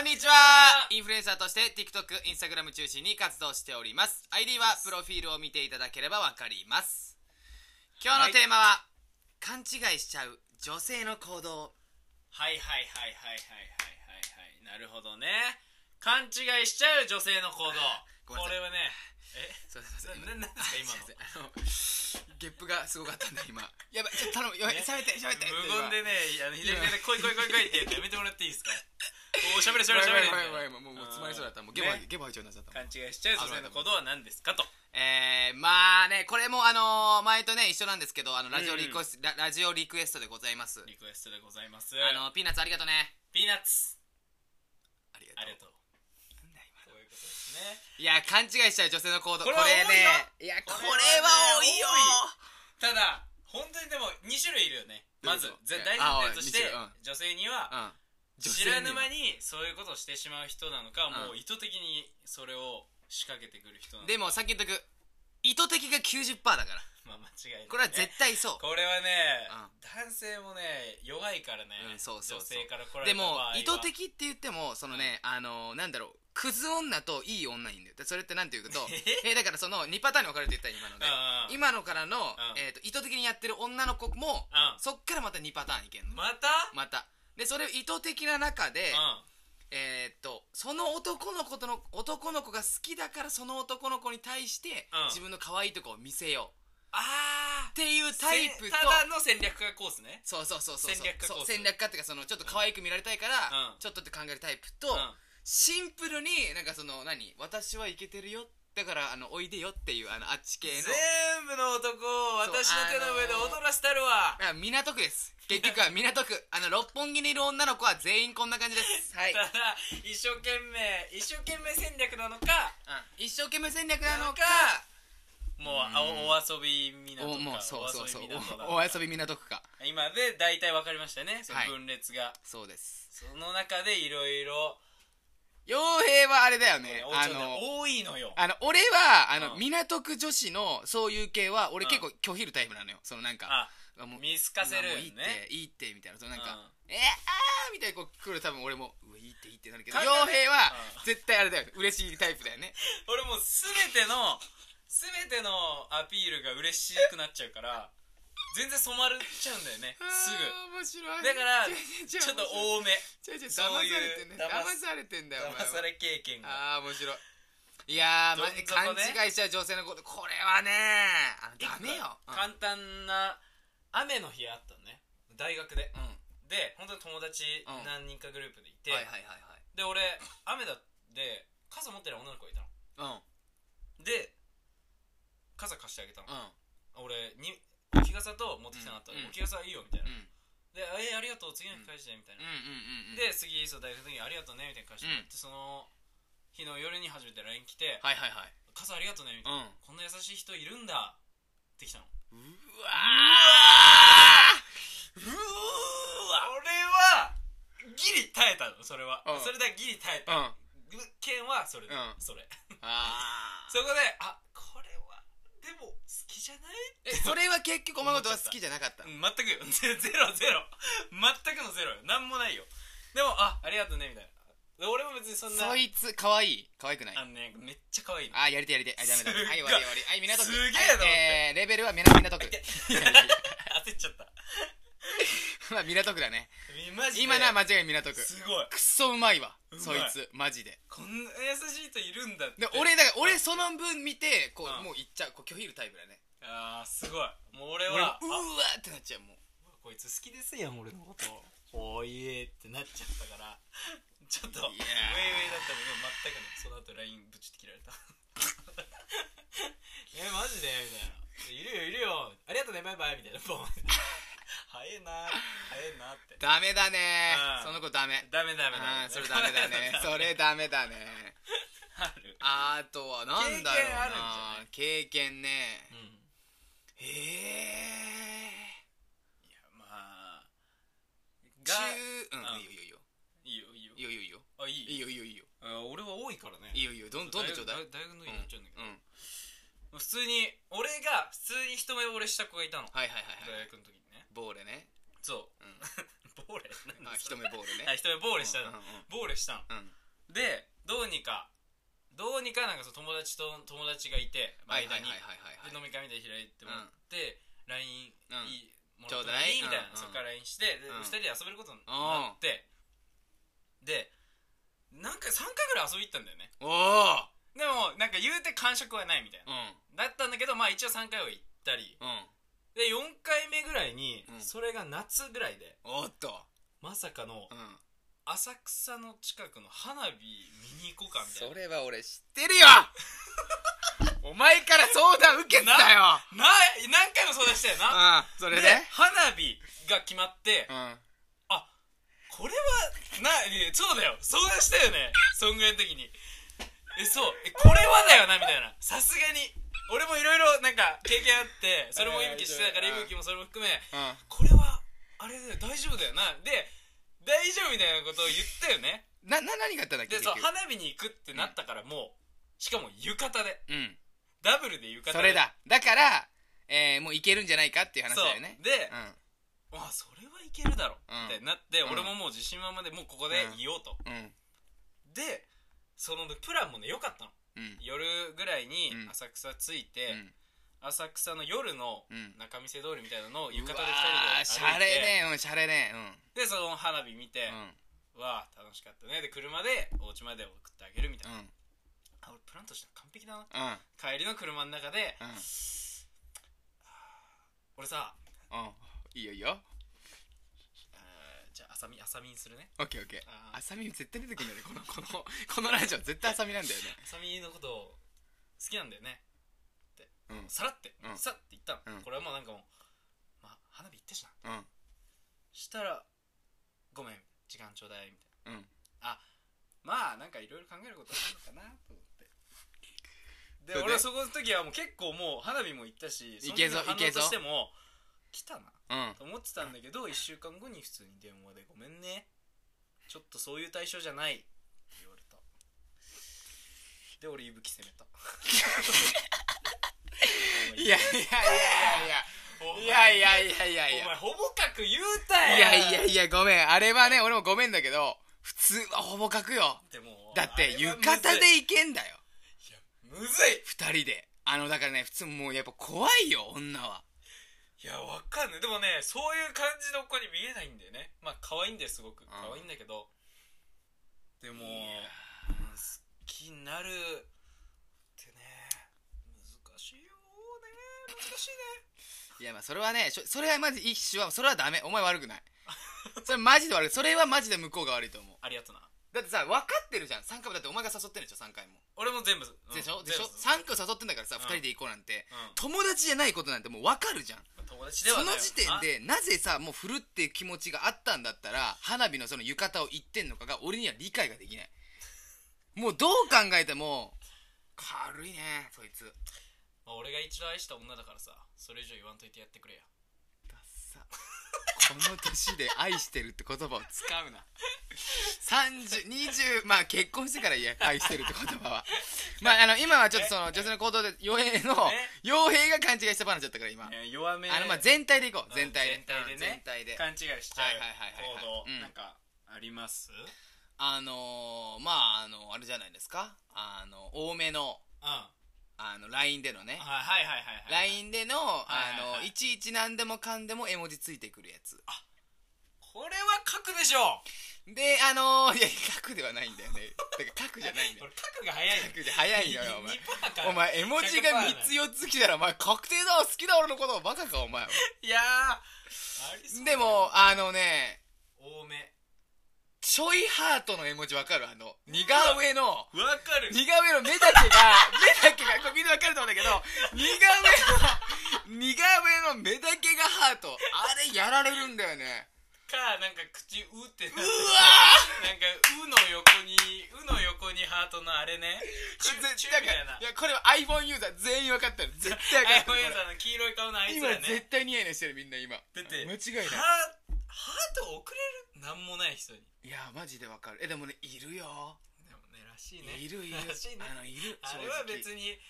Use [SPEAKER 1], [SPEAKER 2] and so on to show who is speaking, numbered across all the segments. [SPEAKER 1] んにちはインフルエンサーとして TikTok、Instagram 中心に活動しております ID はプロフィールを見ていただければわかります今日のテーマは、勘違いしちゃう女性の行動
[SPEAKER 2] はいはいはいはいはいはいはいはいなるほどね勘違いしちゃう女性の行動
[SPEAKER 1] ごめんなさい
[SPEAKER 2] これはねえ
[SPEAKER 1] そうそうそう
[SPEAKER 2] ななんですか今の
[SPEAKER 1] すいませんあのゲップがすごかったんだ今 やばいちょっと頼むやばい
[SPEAKER 2] ね
[SPEAKER 1] 喋って喋って
[SPEAKER 2] 無言でねあの
[SPEAKER 1] 今
[SPEAKER 2] 左手で「来い来い来い来い」ってやってやめてもらっていいですかおおしゃべれしゃ
[SPEAKER 1] 今
[SPEAKER 2] べれしゃべれ
[SPEAKER 1] ごめんごめんごめんもうもう詰まりそうだったもうゲボ、
[SPEAKER 2] ね
[SPEAKER 1] ゲボ入っちゃうようになっちゃった
[SPEAKER 2] 勘違いしちゃう女性の行動は何ですかと
[SPEAKER 1] えー、まあねこれもあのー前とね一緒なんですけどあのラジオリクエスト、ララジオリクエストでございます
[SPEAKER 2] リクエストでございます
[SPEAKER 1] あのピーナッツありがとうね
[SPEAKER 2] ピーナッツ
[SPEAKER 1] ありが
[SPEAKER 2] ありが
[SPEAKER 1] う
[SPEAKER 2] とうこういうことですね
[SPEAKER 1] いや勘違いしちゃう女性の行動
[SPEAKER 2] こ
[SPEAKER 1] こ
[SPEAKER 2] れ
[SPEAKER 1] れ
[SPEAKER 2] は
[SPEAKER 1] ねいやこ
[SPEAKER 2] これはね
[SPEAKER 1] れは多いよ
[SPEAKER 2] ただ本当にでも2種類いるよね
[SPEAKER 1] どう
[SPEAKER 2] ま
[SPEAKER 1] いう
[SPEAKER 2] ず
[SPEAKER 1] こと
[SPEAKER 2] 絶対前提として
[SPEAKER 1] あおい二種類
[SPEAKER 2] 女性には
[SPEAKER 1] うん
[SPEAKER 2] 知らぬ間
[SPEAKER 1] に
[SPEAKER 2] にそういうことをしてしまう人なのか、
[SPEAKER 1] うん
[SPEAKER 2] もう意図的にそれを仕掛けてくる人なのか
[SPEAKER 1] でもさっき言っとく意図的が90%だから
[SPEAKER 2] まあ間違いない、ね、
[SPEAKER 1] これは絶対そう
[SPEAKER 2] これはね、
[SPEAKER 1] う
[SPEAKER 2] 男性もね弱いからね、
[SPEAKER 1] うんそうそうそう
[SPEAKER 2] 女性から来られ
[SPEAKER 1] で
[SPEAKER 2] た場合
[SPEAKER 1] も
[SPEAKER 2] は
[SPEAKER 1] 意図的って言ってもそのねあのなんだろうクズ女といい女いいんだよでそれってなんていうこと えだからその2パターンに分かれて言った今ので
[SPEAKER 2] うんうん
[SPEAKER 1] 今のからの、
[SPEAKER 2] ん
[SPEAKER 1] えー、と意図的にやってる女の子も
[SPEAKER 2] うん
[SPEAKER 1] そっからまた2パターンいけんの
[SPEAKER 2] また、
[SPEAKER 1] またでそれを意図的な中で、
[SPEAKER 2] うん
[SPEAKER 1] えーっとその男の子との男の子が好きだからその男の子に対して、
[SPEAKER 2] うん
[SPEAKER 1] 自分の可愛いとこを見せよう
[SPEAKER 2] あ
[SPEAKER 1] っていうタイプと
[SPEAKER 2] ただの戦略家コースね
[SPEAKER 1] そうそうそうそう
[SPEAKER 2] 戦略家
[SPEAKER 1] そう
[SPEAKER 2] コース
[SPEAKER 1] 戦略家っていうかそのちょっと可愛く見られたいから、
[SPEAKER 2] うん
[SPEAKER 1] ちょっとって考えるタイプと、
[SPEAKER 2] うん
[SPEAKER 1] シンプルになんかその何私はいけてるよだからあのおいでよっていうあのあっち系の
[SPEAKER 2] 全部の男を私の手の上で
[SPEAKER 1] そうあのー
[SPEAKER 2] 踊らせたるわ、
[SPEAKER 1] あ港区です結局は港 区あの六本木にいる女の子は全員こんな感じですはい、うん
[SPEAKER 2] ただ一生懸命一生懸命戦略なのか
[SPEAKER 1] 一生懸命戦略なのか
[SPEAKER 2] もうあおお遊び港
[SPEAKER 1] お
[SPEAKER 2] か
[SPEAKER 1] もうそうそうそう
[SPEAKER 2] お遊び港だ
[SPEAKER 1] おお遊び港区か
[SPEAKER 2] 今で大体分かりましたねその
[SPEAKER 1] はい
[SPEAKER 2] 分裂が、
[SPEAKER 1] そうです
[SPEAKER 2] その中でいろいろ
[SPEAKER 1] 傭兵はあれだよねあの
[SPEAKER 2] 多いのよ
[SPEAKER 1] あの俺はあの、
[SPEAKER 2] うん
[SPEAKER 1] 港区女子のそういう系は俺
[SPEAKER 2] うん
[SPEAKER 1] 結構拒否るタイプなのよそのなんか
[SPEAKER 2] あ
[SPEAKER 1] あもう
[SPEAKER 2] 見透かせる
[SPEAKER 1] まあ
[SPEAKER 2] よ
[SPEAKER 1] もういいって
[SPEAKER 2] ね
[SPEAKER 1] いいってみたいなそのなん
[SPEAKER 2] う
[SPEAKER 1] か
[SPEAKER 2] ん、
[SPEAKER 1] えー、あーみたいにこう来る多分俺もうわいいっていいってなるけど
[SPEAKER 2] 考
[SPEAKER 1] 傭
[SPEAKER 2] え
[SPEAKER 1] 兵
[SPEAKER 2] ない
[SPEAKER 1] は
[SPEAKER 2] うん
[SPEAKER 1] 絶対あれだよね嬉しいタイプだよね
[SPEAKER 2] 俺もう全ての全てのアピールが嬉しくなっちゃうから全然染まるっちゃうんだよね すぐ
[SPEAKER 1] あー面白い
[SPEAKER 2] だから
[SPEAKER 1] 違う違う
[SPEAKER 2] ちょっと
[SPEAKER 1] 違う
[SPEAKER 2] 多め
[SPEAKER 1] 違う違う騙
[SPEAKER 2] そう
[SPEAKER 1] され
[SPEAKER 2] い
[SPEAKER 1] て
[SPEAKER 2] うん
[SPEAKER 1] ね
[SPEAKER 2] 騙す
[SPEAKER 1] 騙されてんだよお前は
[SPEAKER 2] 騙され経験が
[SPEAKER 1] ああ面白いいやー、ま
[SPEAKER 2] どん底ね
[SPEAKER 1] 勘違いしちゃう女性のことこれはねあのダメよ、
[SPEAKER 2] 簡単な雨の日あったのね大学で
[SPEAKER 1] うんうん、
[SPEAKER 2] で本当に友達
[SPEAKER 1] うん
[SPEAKER 2] 何人かグループでいて、
[SPEAKER 1] はいはいはいはい
[SPEAKER 2] で俺雨だで傘持ってる女の子がいたの
[SPEAKER 1] うん
[SPEAKER 2] で傘貸してあげたの、
[SPEAKER 1] うん
[SPEAKER 2] 俺に置き傘と持ってきたのあった、
[SPEAKER 1] うんうん
[SPEAKER 2] 置き傘いいよみたいな、
[SPEAKER 1] うん
[SPEAKER 2] で「えーありがとう次の日返して」みたいな、
[SPEAKER 1] うんうんうんうん
[SPEAKER 2] で次そう大学の時に「ありがとうね」みたいな返してもらって、
[SPEAKER 1] う
[SPEAKER 2] その日の夜に初めて LINE 来て
[SPEAKER 1] はいはいはい
[SPEAKER 2] 「傘ありがとうね」みた
[SPEAKER 1] う
[SPEAKER 2] いな、
[SPEAKER 1] ん
[SPEAKER 2] こんな優しい人いるんだ」って来たの
[SPEAKER 1] うわ
[SPEAKER 2] うーわ俺はギリ耐えたのそれは、
[SPEAKER 1] うん
[SPEAKER 2] それだけギリ耐え
[SPEAKER 1] ーうん
[SPEAKER 2] た、件はそれだ、
[SPEAKER 1] うん
[SPEAKER 2] それ
[SPEAKER 1] あ
[SPEAKER 2] そこであこれはでも好きじゃな い
[SPEAKER 1] えそれは結局お前のことは好きじゃなかった
[SPEAKER 2] うん全くよ ゼゼロゼロ全くのゼロよなんもないよでもあありがとうねみたいなで俺も別にそんな
[SPEAKER 1] そいつ可愛い可愛くない
[SPEAKER 2] あのねめっちゃ可愛いの
[SPEAKER 1] あーやりてえやりてえあダメダメ
[SPEAKER 2] すっごい
[SPEAKER 1] はい終わり終わりはい港区
[SPEAKER 2] すげえな
[SPEAKER 1] はいえーレベルはみな港区
[SPEAKER 2] いや焦っちゃった
[SPEAKER 1] まあ港区だね
[SPEAKER 2] みマジで
[SPEAKER 1] 今な間違い港区
[SPEAKER 2] すごい
[SPEAKER 1] くっそうまいわ
[SPEAKER 2] うまい
[SPEAKER 1] そいつマジで
[SPEAKER 2] こんな優しい人いるんだって
[SPEAKER 1] で俺だから俺その分見てこ
[SPEAKER 2] うん
[SPEAKER 1] うもう行っちゃうこう拒否るタイプだね
[SPEAKER 2] あーすごいもう俺
[SPEAKER 1] 俺もう
[SPEAKER 2] はあ
[SPEAKER 1] ーわーってなっちゃうもう
[SPEAKER 2] こいつ好きですやん俺のことおいえってなっちゃったから ちょっとウェイウェイだったけど全くねその後 LINE ぶちって切られた えマジでみたいないるよいるよありがとうねバイバイみたい なボン早えな早えなって
[SPEAKER 1] ダメだね
[SPEAKER 2] うん
[SPEAKER 1] その子ダメ
[SPEAKER 2] ダメダメ ダ
[SPEAKER 1] あ
[SPEAKER 2] メ
[SPEAKER 1] ーそれダメだねそれダメだね
[SPEAKER 2] ある
[SPEAKER 1] あとはなんだろうな経験ね
[SPEAKER 2] うん
[SPEAKER 1] へ
[SPEAKER 2] いやまあ
[SPEAKER 1] え中
[SPEAKER 2] が
[SPEAKER 1] う
[SPEAKER 2] う
[SPEAKER 1] んいい
[SPEAKER 2] ん
[SPEAKER 1] よいいよ
[SPEAKER 2] いいよいいよ
[SPEAKER 1] いいよいいよ
[SPEAKER 2] あ
[SPEAKER 1] い
[SPEAKER 2] い
[SPEAKER 1] い
[SPEAKER 2] い
[SPEAKER 1] よいいよいいよ
[SPEAKER 2] あ俺は多いからね
[SPEAKER 1] いいよいいよどんどんどんちょうだい
[SPEAKER 2] 大学の時になっちゃうんだけど、
[SPEAKER 1] うん
[SPEAKER 2] 普通に俺が普通に一目惚れした子がいたの
[SPEAKER 1] はいはいはいはい
[SPEAKER 2] 大学の時にね
[SPEAKER 1] ボーレね
[SPEAKER 2] そう うボーレなん
[SPEAKER 1] ん、あ
[SPEAKER 2] だ
[SPEAKER 1] 一
[SPEAKER 2] それ
[SPEAKER 1] 目ボール
[SPEAKER 2] あ
[SPEAKER 1] ね
[SPEAKER 2] 一目ボーレした
[SPEAKER 1] うん
[SPEAKER 2] の
[SPEAKER 1] うん
[SPEAKER 2] ボーレしたの
[SPEAKER 1] うんうん
[SPEAKER 2] でどうにかどうにかなんかその友達と友達がいて
[SPEAKER 1] はいは
[SPEAKER 2] 間
[SPEAKER 1] い
[SPEAKER 2] に
[SPEAKER 1] はいはいはい
[SPEAKER 2] で飲み会みたいに開いてもらって、LINE
[SPEAKER 1] うん
[SPEAKER 2] いいも
[SPEAKER 1] ちょ
[SPEAKER 2] ら
[SPEAKER 1] う
[SPEAKER 2] っ
[SPEAKER 1] だ
[SPEAKER 2] て
[SPEAKER 1] い
[SPEAKER 2] いいみたいな、
[SPEAKER 1] うんうん
[SPEAKER 2] そっから LINE してで、
[SPEAKER 1] うん
[SPEAKER 2] 2人で遊べることになってでなんか3回ぐらい遊び行ったんだよね
[SPEAKER 1] おお
[SPEAKER 2] でもなんか言うて感触はないみたいな、
[SPEAKER 1] うん
[SPEAKER 2] だったんだけどまあ一応3回は行ったり
[SPEAKER 1] うん
[SPEAKER 2] で4回目ぐらいに、
[SPEAKER 1] うん
[SPEAKER 2] それが夏ぐらいで
[SPEAKER 1] おっと
[SPEAKER 2] まさかの
[SPEAKER 1] うん
[SPEAKER 2] 浅草の近くの花火見に行こうかみた
[SPEAKER 1] そ
[SPEAKER 2] いな
[SPEAKER 1] れは俺知って るよお前から相談受けてたよ
[SPEAKER 2] な何回も相談したよな
[SPEAKER 1] うんそれで
[SPEAKER 2] で花火が決まって、
[SPEAKER 1] うん
[SPEAKER 2] これはなえそうだよ相談したよねそんぐらいの時にえそうえこれはだよなみたいなさすがに俺もいろいろなんか経験あってそれも息吹してたから
[SPEAKER 1] うん
[SPEAKER 2] 息吹もそれも含め
[SPEAKER 1] うん
[SPEAKER 2] これはあれだよ大丈夫だよなで大丈夫みたいなことを言ったよね
[SPEAKER 1] なな何があったんだっけ
[SPEAKER 2] でそう
[SPEAKER 1] 結局
[SPEAKER 2] 花火に行くってなったからもうしかも浴衣で
[SPEAKER 1] うん
[SPEAKER 2] ダブルで浴衣で
[SPEAKER 1] それだだから、えー、もういけるんじゃないかっていう話だよね
[SPEAKER 2] そうで
[SPEAKER 1] う、ん
[SPEAKER 2] あそれはいけるだろ
[SPEAKER 1] うん
[SPEAKER 2] みたいになって、
[SPEAKER 1] うん
[SPEAKER 2] 俺ももう自信満々でもうここで言おうと、
[SPEAKER 1] うん
[SPEAKER 2] でそのプランもね良かったの
[SPEAKER 1] うん
[SPEAKER 2] 夜ぐらいに
[SPEAKER 1] うん
[SPEAKER 2] 浅草着いうて、
[SPEAKER 1] ん
[SPEAKER 2] 浅草の夜の
[SPEAKER 1] うん
[SPEAKER 2] 仲見世通りみたいなのを浴衣で
[SPEAKER 1] うわー
[SPEAKER 2] 二
[SPEAKER 1] シ
[SPEAKER 2] 人で歩
[SPEAKER 1] ャ
[SPEAKER 2] い
[SPEAKER 1] レ
[SPEAKER 2] て
[SPEAKER 1] ねうんシャレね
[SPEAKER 2] でその花火見
[SPEAKER 1] う
[SPEAKER 2] て
[SPEAKER 1] ん、
[SPEAKER 2] わあ楽しかったねで車でお家まで送ってあげるみた
[SPEAKER 1] う
[SPEAKER 2] い
[SPEAKER 1] ん
[SPEAKER 2] な、
[SPEAKER 1] うん
[SPEAKER 2] あ俺プランとしては完璧だな
[SPEAKER 1] うん
[SPEAKER 2] 帰りの車の中で
[SPEAKER 1] うん
[SPEAKER 2] 俺さ
[SPEAKER 1] うんいいよいいよ
[SPEAKER 2] あーじゃあ浅見浅見にするね
[SPEAKER 1] オッケーオッケー
[SPEAKER 2] あー
[SPEAKER 1] あさみ絶対出てくるんだよねこのこのこのラジオ絶対あさみなんだよね
[SPEAKER 2] 浅見のこと好きなんだよね
[SPEAKER 1] うん
[SPEAKER 2] さらって、
[SPEAKER 1] うん
[SPEAKER 2] さって言ったの、
[SPEAKER 1] うん
[SPEAKER 2] これはもうなんかもうまあ花火行ったしな
[SPEAKER 1] うん
[SPEAKER 2] したらごめん時間ちょうだいみたいな
[SPEAKER 1] うん
[SPEAKER 2] まあなんかいろいろ考えることあるのかなと思ってで
[SPEAKER 1] それで
[SPEAKER 2] 俺はそこの時はもう結構もう花火も行ったし
[SPEAKER 1] いけぞ
[SPEAKER 2] その時の
[SPEAKER 1] いけぞ
[SPEAKER 2] 反応としても来た
[SPEAKER 1] うん
[SPEAKER 2] なと思ってたんだけど1週間後に普通に電話で「ごめんねちょっとそういう対象じゃない」って言われたで俺いぶき責めた
[SPEAKER 1] いやいやい
[SPEAKER 2] お前
[SPEAKER 1] やいやいやいやいやいや
[SPEAKER 2] お前ほぼかく言うた
[SPEAKER 1] い
[SPEAKER 2] ん
[SPEAKER 1] やいやいやごめんあれはね俺もごめんだけど普通はほぼ書くよ
[SPEAKER 2] でも
[SPEAKER 1] だって浴衣
[SPEAKER 2] あれはむずい
[SPEAKER 1] で行けんだよ
[SPEAKER 2] いやむずい
[SPEAKER 1] 二人であのだからね普通もうやっぱ怖いよ女はい
[SPEAKER 2] や、わかんない。でもね、そういう感じの子に見えないんだよね。まあ、可愛いんだよ、すごく。
[SPEAKER 1] ん
[SPEAKER 2] 可愛いんだけど。でも、
[SPEAKER 1] いや
[SPEAKER 2] うん好きになるってね、難しいよね。難しいね。
[SPEAKER 1] いやまあそれはねしょそれはまず一種はそれはダメお前悪くないそれマジで悪いそれはマジで向こうが悪いと思う
[SPEAKER 2] ありがとな。
[SPEAKER 1] だってさ分かってるじゃん3回もだってお前が誘ってんでしょ3回も、
[SPEAKER 2] 俺も全部。
[SPEAKER 1] でしょ
[SPEAKER 2] うん
[SPEAKER 1] でしょ
[SPEAKER 2] 全部
[SPEAKER 1] 3回誘ってんだからさ、
[SPEAKER 2] うん
[SPEAKER 1] 二2人で行こうなんて
[SPEAKER 2] うん
[SPEAKER 1] 友達じゃないことなんてもう分かるじゃん
[SPEAKER 2] 友達では
[SPEAKER 1] そ
[SPEAKER 2] な
[SPEAKER 1] の
[SPEAKER 2] い
[SPEAKER 1] 時点でなぜさもう振るっていう気持ちがあったんだったら花火のその浴衣を言ってんのかが俺には理解ができないもうどう考えても軽いねそいつ
[SPEAKER 2] まあ俺が一度愛した女だからさ、それ以上言わんといてやってくれや。
[SPEAKER 1] ダッサこの年で愛してるって言葉を使うな3020まあ結婚してから言え愛してるって言葉はまああの今はちょっとその女性の行動で傭兵の傭兵が勘違いした話だったから今あ
[SPEAKER 2] えー弱め
[SPEAKER 1] のまあ全体でいこう
[SPEAKER 2] うん
[SPEAKER 1] 全体でう
[SPEAKER 2] 全体でね
[SPEAKER 1] ん全体で
[SPEAKER 2] 勘違いしちゃう
[SPEAKER 1] はいはいはいはいはい
[SPEAKER 2] 行動、
[SPEAKER 1] うん
[SPEAKER 2] なんか、ありますうん。
[SPEAKER 1] あのーまああのあれじゃないですかあの多めの
[SPEAKER 2] は
[SPEAKER 1] あの LINE でのね
[SPEAKER 2] いはいはいはいはい。
[SPEAKER 1] LINE での
[SPEAKER 2] いはい
[SPEAKER 1] あ
[SPEAKER 2] は
[SPEAKER 1] の
[SPEAKER 2] い
[SPEAKER 1] いちいち何でもかんでも絵文字ついてくるやつ
[SPEAKER 2] これは書くでしょ
[SPEAKER 1] であのーいや書くではないんだよね だから書くじゃないんだよ
[SPEAKER 2] 俺書くが早い
[SPEAKER 1] 書くで早いのよお前お前絵文字が3つ4つ来たらお前確定だわ好きだ俺のことバカかお前はい
[SPEAKER 2] やーありそうだ
[SPEAKER 1] で
[SPEAKER 2] よ
[SPEAKER 1] もあのね
[SPEAKER 2] 多め
[SPEAKER 1] ちょいハートの絵文字わかるあの似顔絵の
[SPEAKER 2] わかる
[SPEAKER 1] 似顔絵の目だけが目だけがこれみんなわかると思うんだけど似顔絵の似顔絵の目だけがハートあれやられるんだよね
[SPEAKER 2] かなんか口うってなって
[SPEAKER 1] うわ
[SPEAKER 2] なんかうの横にうの横にハートのあれねチュチュ
[SPEAKER 1] だ
[SPEAKER 2] み
[SPEAKER 1] か
[SPEAKER 2] たい
[SPEAKER 1] ら
[SPEAKER 2] ない
[SPEAKER 1] やこれは iPhone ユーザー全員分かったる絶対分かったるこ
[SPEAKER 2] アイ
[SPEAKER 1] れ
[SPEAKER 2] ユーザーの黄色い顔のあいつ
[SPEAKER 1] 今
[SPEAKER 2] ら
[SPEAKER 1] 絶
[SPEAKER 2] ね
[SPEAKER 1] 対ニヤニヤしてるみんな今
[SPEAKER 2] だって
[SPEAKER 1] 間違いな
[SPEAKER 2] ハハート送れるなんもない人に
[SPEAKER 1] いいやマジでわかるえでもねいるよ
[SPEAKER 2] でもねらしいね
[SPEAKER 1] いるいる
[SPEAKER 2] らしいね
[SPEAKER 1] あのいる
[SPEAKER 2] あれは別
[SPEAKER 1] に
[SPEAKER 2] に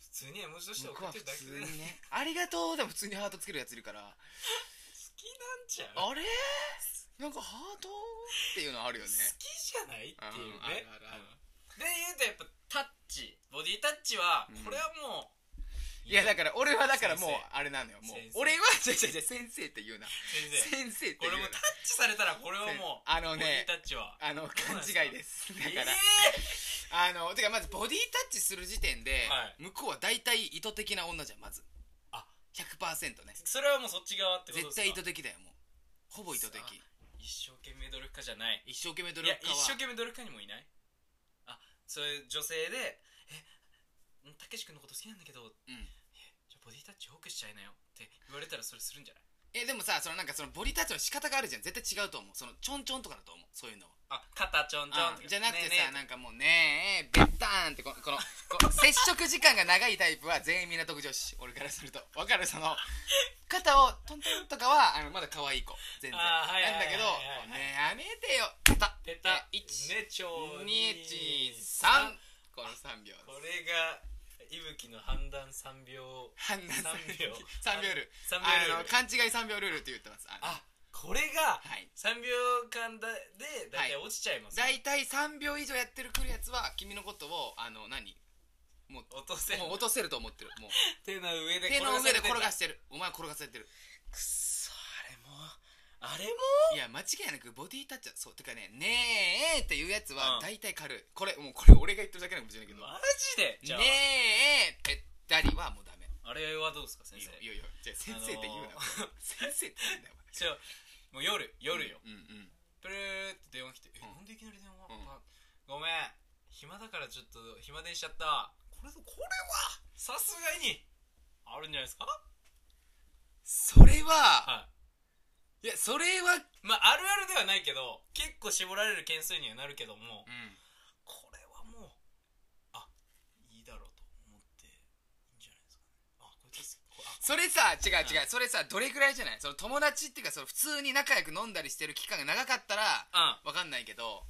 [SPEAKER 2] 普通に絵文字として
[SPEAKER 1] 僕
[SPEAKER 2] 送
[SPEAKER 1] は
[SPEAKER 2] って
[SPEAKER 1] 普
[SPEAKER 2] るだけ
[SPEAKER 1] 通
[SPEAKER 2] で好
[SPEAKER 1] にねありがとうでも普通にハートつけるやついるから
[SPEAKER 2] きなんちゃう好
[SPEAKER 1] あれなんかハートっていうのあるよね
[SPEAKER 2] きじゃないっていうね
[SPEAKER 1] うんあるあるある
[SPEAKER 2] うんで言うとやっぱタッチボディタッチは
[SPEAKER 1] うん
[SPEAKER 2] これはもう
[SPEAKER 1] いやだから俺はだからもう
[SPEAKER 2] 先生
[SPEAKER 1] あれなのよもう
[SPEAKER 2] 先生
[SPEAKER 1] 俺は 違う違う違う先生って言うな
[SPEAKER 2] 先生
[SPEAKER 1] 先生って言
[SPEAKER 2] こ
[SPEAKER 1] う
[SPEAKER 2] れ
[SPEAKER 1] な
[SPEAKER 2] もうタッチされたらこれはもう
[SPEAKER 1] あのね
[SPEAKER 2] ボディタッチは
[SPEAKER 1] あの勘違いですだ
[SPEAKER 2] え
[SPEAKER 1] から、あのてかまずボディタッチする時点で、
[SPEAKER 2] はい
[SPEAKER 1] 向こうは大体意図的な女じゃんまず
[SPEAKER 2] あ
[SPEAKER 1] 100%ね
[SPEAKER 2] ーそれはもうそっち側ってことで
[SPEAKER 1] 絶
[SPEAKER 2] すか
[SPEAKER 1] 対意図的だよもうほぼ意図的
[SPEAKER 2] さ一生懸命努力家じゃない
[SPEAKER 1] 一生懸命努
[SPEAKER 2] い
[SPEAKER 1] 力
[SPEAKER 2] や
[SPEAKER 1] 家
[SPEAKER 2] 一
[SPEAKER 1] は
[SPEAKER 2] 生懸命努力家にもいないあそういう女性で「えたけし君のこと好きなんだけど
[SPEAKER 1] うん
[SPEAKER 2] じゃあボディタッチ多くしちゃいなよ」って言われたらそれするんじゃない
[SPEAKER 1] えでもさそのなんかそのボディタッチの仕方があるじゃん絶対違うと思うそのちょんちょんとかだと思うそういうのは
[SPEAKER 2] あ肩ちょんちょんと
[SPEAKER 1] う
[SPEAKER 2] か
[SPEAKER 1] んじゃなくてさ、
[SPEAKER 2] ねえね
[SPEAKER 1] なんかもうねえベッターンってこのこの この接触時間が長いタイプは全員みんな特上視俺からするとわかるその 肩をトントンとかはあのまだ可愛い子全然
[SPEAKER 2] あーはいはい
[SPEAKER 1] なんだけど
[SPEAKER 2] はいはいはい
[SPEAKER 1] ねえやめてよペタ
[SPEAKER 2] えペタ
[SPEAKER 1] え1
[SPEAKER 2] ねちょ
[SPEAKER 1] 2 1 3
[SPEAKER 2] 3
[SPEAKER 1] この3秒
[SPEAKER 2] これがいぶきの判断3秒
[SPEAKER 1] 判断
[SPEAKER 2] 3秒
[SPEAKER 1] 3秒ルール
[SPEAKER 2] 3秒ルール
[SPEAKER 1] あの勘違い3秒ルールって言ってますあの
[SPEAKER 2] あこれが
[SPEAKER 1] はい
[SPEAKER 2] 3秒間だで大体落ちちゃいます、
[SPEAKER 1] 大体3秒以上やってるくるやつは君のことをあの何もう
[SPEAKER 2] 落とせ
[SPEAKER 1] もう落とせると思ってるもう
[SPEAKER 2] 手の上で
[SPEAKER 1] 手の上で転が
[SPEAKER 2] し
[SPEAKER 1] してるお前は転がされてる
[SPEAKER 2] くっそあれもあれも
[SPEAKER 1] いや間違いなくボディタッチはそうてかねねえっていうやつ
[SPEAKER 2] う
[SPEAKER 1] は
[SPEAKER 2] ん
[SPEAKER 1] 大体軽いこれもうこれ俺が言ってるだけなのかもしれないけど
[SPEAKER 2] マジでじゃあ、
[SPEAKER 1] ねえぺったりはもうダメ
[SPEAKER 2] あれはどうですか先
[SPEAKER 1] いい
[SPEAKER 2] 生
[SPEAKER 1] よいいよいいよじゃあ先生って言う な、
[SPEAKER 2] あのー
[SPEAKER 1] 先生って言うんだよ
[SPEAKER 2] じゃあもう夜夜よ、
[SPEAKER 1] うんうん
[SPEAKER 2] プルーって電話来て「え
[SPEAKER 1] うん
[SPEAKER 2] なんでいきなり電話、
[SPEAKER 1] うん
[SPEAKER 2] あごめん暇だからちょっと暇でしちゃったこれこれはさすがにあるんじゃないですか
[SPEAKER 1] それは
[SPEAKER 2] はい
[SPEAKER 1] やそれは
[SPEAKER 2] いまああるあるではないけど結構絞られる件数にはなるけども、
[SPEAKER 1] ん
[SPEAKER 2] これはもうあいいだろうと思っていいんじゃないですかねあこれですこれあ
[SPEAKER 1] それさ違う違うそれさどれぐらいじゃないその友達っていうかその普通に仲良く飲んだりしてる期間が長かったら
[SPEAKER 2] うん
[SPEAKER 1] わかんないけど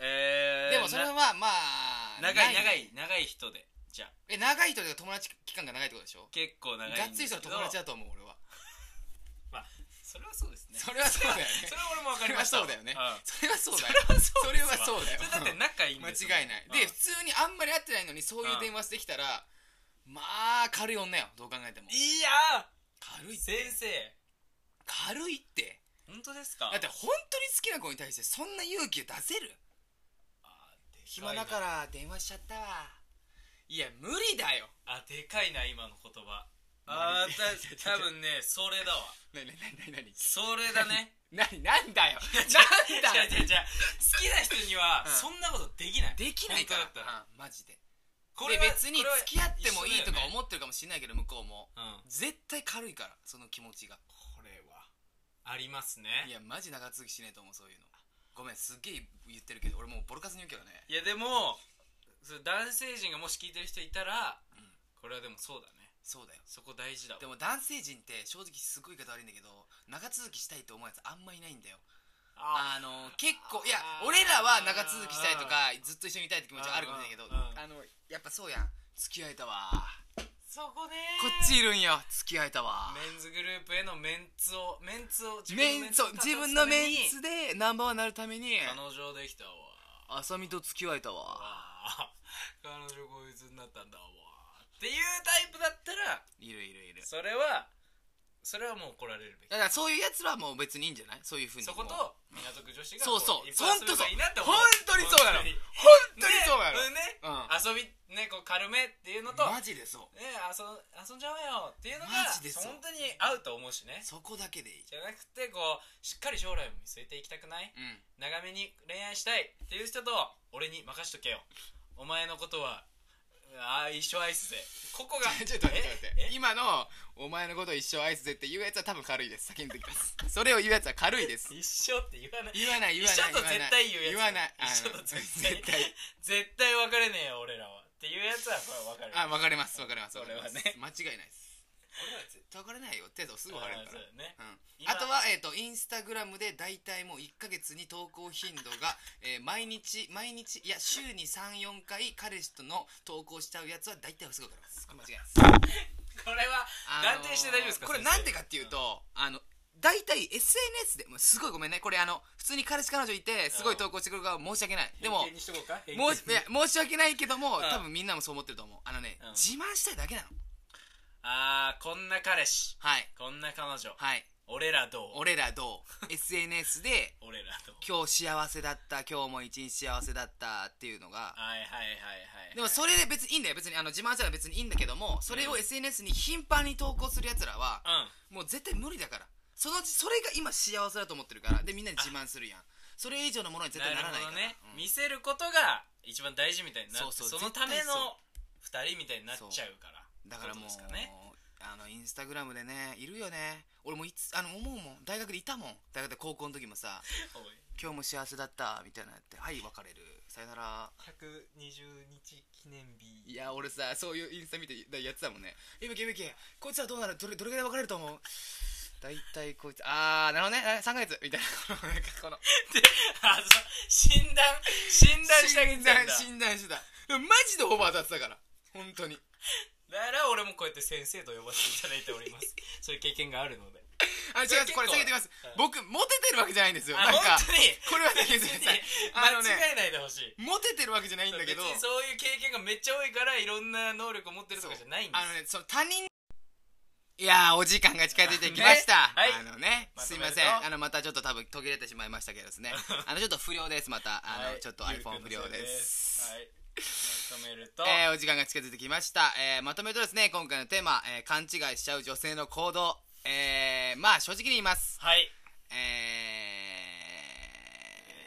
[SPEAKER 2] え
[SPEAKER 1] でもそれはまあ
[SPEAKER 2] 長い
[SPEAKER 1] ない
[SPEAKER 2] 長い長い人でじゃあ
[SPEAKER 1] え長い人で友達期間が長いってことでしょ
[SPEAKER 2] 結構長いんで
[SPEAKER 1] がっ
[SPEAKER 2] す
[SPEAKER 1] つり
[SPEAKER 2] け
[SPEAKER 1] そ
[SPEAKER 2] ど
[SPEAKER 1] の友達だと思う俺は
[SPEAKER 2] それはそうですね
[SPEAKER 1] それはそうだよね
[SPEAKER 2] それは俺も分かりまし た
[SPEAKER 1] それはそうだよね
[SPEAKER 2] ん
[SPEAKER 1] それはそうだよそれはそ
[SPEAKER 2] それは
[SPEAKER 1] うだよ
[SPEAKER 2] それだって仲いいん
[SPEAKER 1] 間
[SPEAKER 2] です
[SPEAKER 1] 違いないで普通にあんまり会ってないのにそういう電話してきたらまあ軽い女よどう考えても
[SPEAKER 2] いや
[SPEAKER 1] 軽いっ
[SPEAKER 2] ー先
[SPEAKER 1] て
[SPEAKER 2] 生
[SPEAKER 1] 軽いって
[SPEAKER 2] 本当ですか
[SPEAKER 1] だって本当に好きな子に対してそんな勇気を出せる
[SPEAKER 2] あでか
[SPEAKER 1] 暇
[SPEAKER 2] いな
[SPEAKER 1] だから電話しちゃったわいや無理だよ
[SPEAKER 2] あでかいな今の言葉
[SPEAKER 1] 何
[SPEAKER 2] あーた多分ねそれだわ
[SPEAKER 1] なになになに
[SPEAKER 2] それだね
[SPEAKER 1] なにななん だよ
[SPEAKER 2] 違
[SPEAKER 1] なんだよ
[SPEAKER 2] う違う違う好きな人には
[SPEAKER 1] うん
[SPEAKER 2] そんなことできない
[SPEAKER 1] できないから
[SPEAKER 2] 本当だったら
[SPEAKER 1] うんマジで
[SPEAKER 2] こ
[SPEAKER 1] で
[SPEAKER 2] は
[SPEAKER 1] 別に
[SPEAKER 2] これは
[SPEAKER 1] 付き合ってもいいとか
[SPEAKER 2] 一緒だよね
[SPEAKER 1] 思ってるかもしれないけど向こうも
[SPEAKER 2] うん
[SPEAKER 1] 絶対軽いからその気持ちが
[SPEAKER 2] これはありますね
[SPEAKER 1] いやマジ長続きしねえと思うそういうのごめんすっげえ言ってるけど俺もうボロカスに言うけどね
[SPEAKER 2] いやでもそれ男性陣がもし聞いてる人いたら、
[SPEAKER 1] うん
[SPEAKER 2] これはでもそうだね
[SPEAKER 1] そうだよ
[SPEAKER 2] そこ大事だわ
[SPEAKER 1] でも男性陣って正直すごい言い方悪いんだけど長続きしたいと思うやつあんまいないんだよ
[SPEAKER 2] あ
[SPEAKER 1] あの結構いや
[SPEAKER 2] あー
[SPEAKER 1] 俺らは長続きしたいとかずっと一緒にいたいって気持ちはあるかもしれないけど
[SPEAKER 2] あー
[SPEAKER 1] あのやっぱそうやん付き合えたわこ
[SPEAKER 2] そこね
[SPEAKER 1] っちいるんや付き合えたわ
[SPEAKER 2] メンズグループへのメンツをメンツを
[SPEAKER 1] メンそう自分のメンツでナンバーワンになるために
[SPEAKER 2] 彼女できたわ
[SPEAKER 1] 浅見と付き合えたわ
[SPEAKER 2] わあ彼女こいつになったんだわっていうタイプだったら
[SPEAKER 1] いるいるいる
[SPEAKER 2] それはそれはもう来られるべき
[SPEAKER 1] だからそういうやつらはもう別にいいんじゃないそういうふうに
[SPEAKER 2] そこと
[SPEAKER 1] も
[SPEAKER 2] 港区女子
[SPEAKER 1] うそう
[SPEAKER 2] が
[SPEAKER 1] そう
[SPEAKER 2] こ
[SPEAKER 1] 本
[SPEAKER 2] 一
[SPEAKER 1] 当
[SPEAKER 2] 発
[SPEAKER 1] そう
[SPEAKER 2] すればいいなって思
[SPEAKER 1] 本当にそうなの本当にそうなの
[SPEAKER 2] 本当にね遊びねこう軽めっていうのと
[SPEAKER 1] うんマジでそう
[SPEAKER 2] ね遊遊んじゃおうよっていうのが
[SPEAKER 1] マジでそう
[SPEAKER 2] 本当に合うと思うしね
[SPEAKER 1] そこだけでいい
[SPEAKER 2] じゃなくてこうしっかり将来も見据えていきたくな
[SPEAKER 1] う
[SPEAKER 2] い
[SPEAKER 1] ん
[SPEAKER 2] 長めに恋愛したいっていう人と俺に任しとけよお前のことはああ一生愛すぜここが
[SPEAKER 1] ちょっと待ってちょっと待って
[SPEAKER 2] ええ
[SPEAKER 1] 今のお前のこと一生愛すぜって言うやつは多分軽いです先に言ってきますそれを言うやつは軽いです
[SPEAKER 2] 一生って言わない
[SPEAKER 1] 言わない言わない
[SPEAKER 2] 一緒
[SPEAKER 1] 言わな
[SPEAKER 2] と
[SPEAKER 1] い
[SPEAKER 2] 絶対言うやつ
[SPEAKER 1] 言わないあの
[SPEAKER 2] 一緒と絶対
[SPEAKER 1] 絶対
[SPEAKER 2] 絶対別れねえよ俺らはっていうやつはこれ分か
[SPEAKER 1] あ
[SPEAKER 2] る
[SPEAKER 1] 分かります分かります
[SPEAKER 2] それはね
[SPEAKER 1] 分かります間違いないです
[SPEAKER 2] 俺らは絶
[SPEAKER 1] 分からないよってやつはすぐ分かる
[SPEAKER 2] あー
[SPEAKER 1] か
[SPEAKER 2] そ
[SPEAKER 1] ら
[SPEAKER 2] うだよね
[SPEAKER 1] うん、
[SPEAKER 2] 今
[SPEAKER 1] あとは、えー、とインスタグラムで大体もう1ヶ月に投稿頻度が、 えー毎日毎日いや週に34回彼氏との投稿しちゃうやつは大体すぐ分かります間違いないです
[SPEAKER 2] これは断定して大丈夫ですか
[SPEAKER 1] これ
[SPEAKER 2] 先生
[SPEAKER 1] なんでかっていうと、あの大体 SNS でもうすごいごめんねこれあの普通に彼氏彼女いてすごい投稿してくるから申し訳ないでも
[SPEAKER 2] 偏見にしとこうか偏見
[SPEAKER 1] もういや申し訳ないけども
[SPEAKER 2] ん
[SPEAKER 1] 多分みんなもそう思ってると思うあのね
[SPEAKER 2] うん
[SPEAKER 1] 自慢したいだけなの
[SPEAKER 2] あーこんな彼氏
[SPEAKER 1] はい
[SPEAKER 2] こんな彼女
[SPEAKER 1] はい
[SPEAKER 2] 俺らどう
[SPEAKER 1] 俺らどう SNS で
[SPEAKER 2] 俺らどう
[SPEAKER 1] 今日幸せだった今日も一日幸せだったっていうのが
[SPEAKER 2] はいはいはいはい
[SPEAKER 1] でもそれで別にいいんだよ別にあの自慢したら別にいいんだけどもそれを SNS に頻繁に投稿するやつらは
[SPEAKER 2] うん
[SPEAKER 1] もう絶対無理だからそのうちそれが今幸せだと思ってるからでみんなに自慢するやんそれ以上のものに絶対ならないから
[SPEAKER 2] るほどね、
[SPEAKER 1] うん
[SPEAKER 2] 見せることが一番大事みたいになって
[SPEAKER 1] そうそ
[SPEAKER 2] そ
[SPEAKER 1] う
[SPEAKER 2] のため
[SPEAKER 1] 絶対
[SPEAKER 2] の2人みたいになっちゃうから
[SPEAKER 1] だからもう
[SPEAKER 2] ってことです かね
[SPEAKER 1] あのインスタグラムでねいるよね俺もいつあの思うもん大学でいたもん大学で高校の時もさ
[SPEAKER 2] おい
[SPEAKER 1] 「今日も幸せだった」みたいなのやって「はい別れるさよなら」
[SPEAKER 2] 120日記念日
[SPEAKER 1] いや俺さそういうインスタ見てやってたもんね「いぶきいぶきこいつはどうなるどれどれぐらい別れると思う?」大体こいつああなるほどね3ヶ月みたいなこのなんかこの
[SPEAKER 2] あそう診断診断してあげてたんだ
[SPEAKER 1] 診断してたでもマジでオーバーだってたから本当に
[SPEAKER 2] だから俺もこうやって先生と呼ばせていただいており ますそういう経験があるので
[SPEAKER 1] あ違いますこれ下げてみます
[SPEAKER 2] うん
[SPEAKER 1] 僕モテてるわけじゃないんですよ
[SPEAKER 2] あ
[SPEAKER 1] なん
[SPEAKER 2] 本
[SPEAKER 1] か
[SPEAKER 2] 当に
[SPEAKER 1] これはね先生
[SPEAKER 2] 別に
[SPEAKER 1] あのね
[SPEAKER 2] 間違えないでほしい
[SPEAKER 1] モテてるわけじゃないんだけど
[SPEAKER 2] 別にそういう経験がめっちゃ多いからいろんな能力を持ってるとかじゃないんです
[SPEAKER 1] あのねその他人いやーお時間が近づいてきました、
[SPEAKER 2] ねはい
[SPEAKER 1] あのね、
[SPEAKER 2] まと
[SPEAKER 1] すい
[SPEAKER 2] める
[SPEAKER 1] ま
[SPEAKER 2] と
[SPEAKER 1] せんあのまたちょっと多分途切れてしまいましたけどですねあのちょっと不良ですまたあの、
[SPEAKER 2] はい
[SPEAKER 1] ちょっと iPhone 不良です
[SPEAKER 2] はいまとめると、
[SPEAKER 1] えーお時間が近づいてきました、えーまとめるとですね今回のテーマ、えー勘違いしちゃう女性の行動えー、まあ正直に言います
[SPEAKER 2] はい
[SPEAKER 1] えー、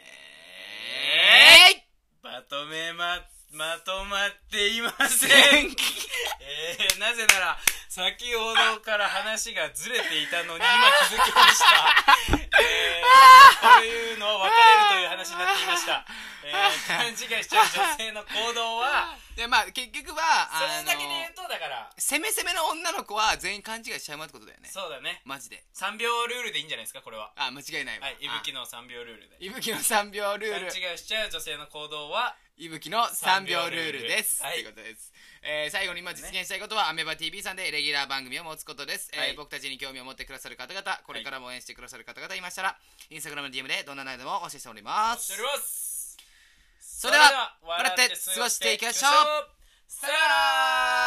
[SPEAKER 1] え
[SPEAKER 2] まとめままとまっていません
[SPEAKER 1] ー、
[SPEAKER 2] えー、なぜなら先ほどから話がずれていた のに今気づきました、えー、というのを別れるという話になっていました、えー、勘違いしちゃう女性の行動 は
[SPEAKER 1] でまあ結局は
[SPEAKER 2] そ
[SPEAKER 1] あ
[SPEAKER 2] れだけで
[SPEAKER 1] の
[SPEAKER 2] 言うとだから
[SPEAKER 1] 攻め攻めの女の子は全員勘違いしちゃうまってことだよね
[SPEAKER 2] そうだね
[SPEAKER 1] マジで
[SPEAKER 2] 3秒ルールでいいんじゃないですかこれは
[SPEAKER 1] あ間違いないわ
[SPEAKER 2] はいいぶき
[SPEAKER 1] の
[SPEAKER 2] の3秒ルールで
[SPEAKER 1] いぶきの3秒ルー
[SPEAKER 2] 勘
[SPEAKER 1] ル
[SPEAKER 2] 違いしちゃう女性の行動はい
[SPEAKER 1] ぶきの3秒ルールです
[SPEAKER 2] はい
[SPEAKER 1] ということです、えー最後に今実現したいことは、アメバ TV さんでレギュラー番組を持つことです、
[SPEAKER 2] は
[SPEAKER 1] え
[SPEAKER 2] い
[SPEAKER 1] ー僕たちに興味を持ってくださる方々これからも応援してくださる方々いましたら、インスタグラムの DM でどんな内容でもお教えしておりま
[SPEAKER 2] し
[SPEAKER 1] す
[SPEAKER 2] ております
[SPEAKER 1] それでは笑って過ごしていきましょう
[SPEAKER 2] さよなら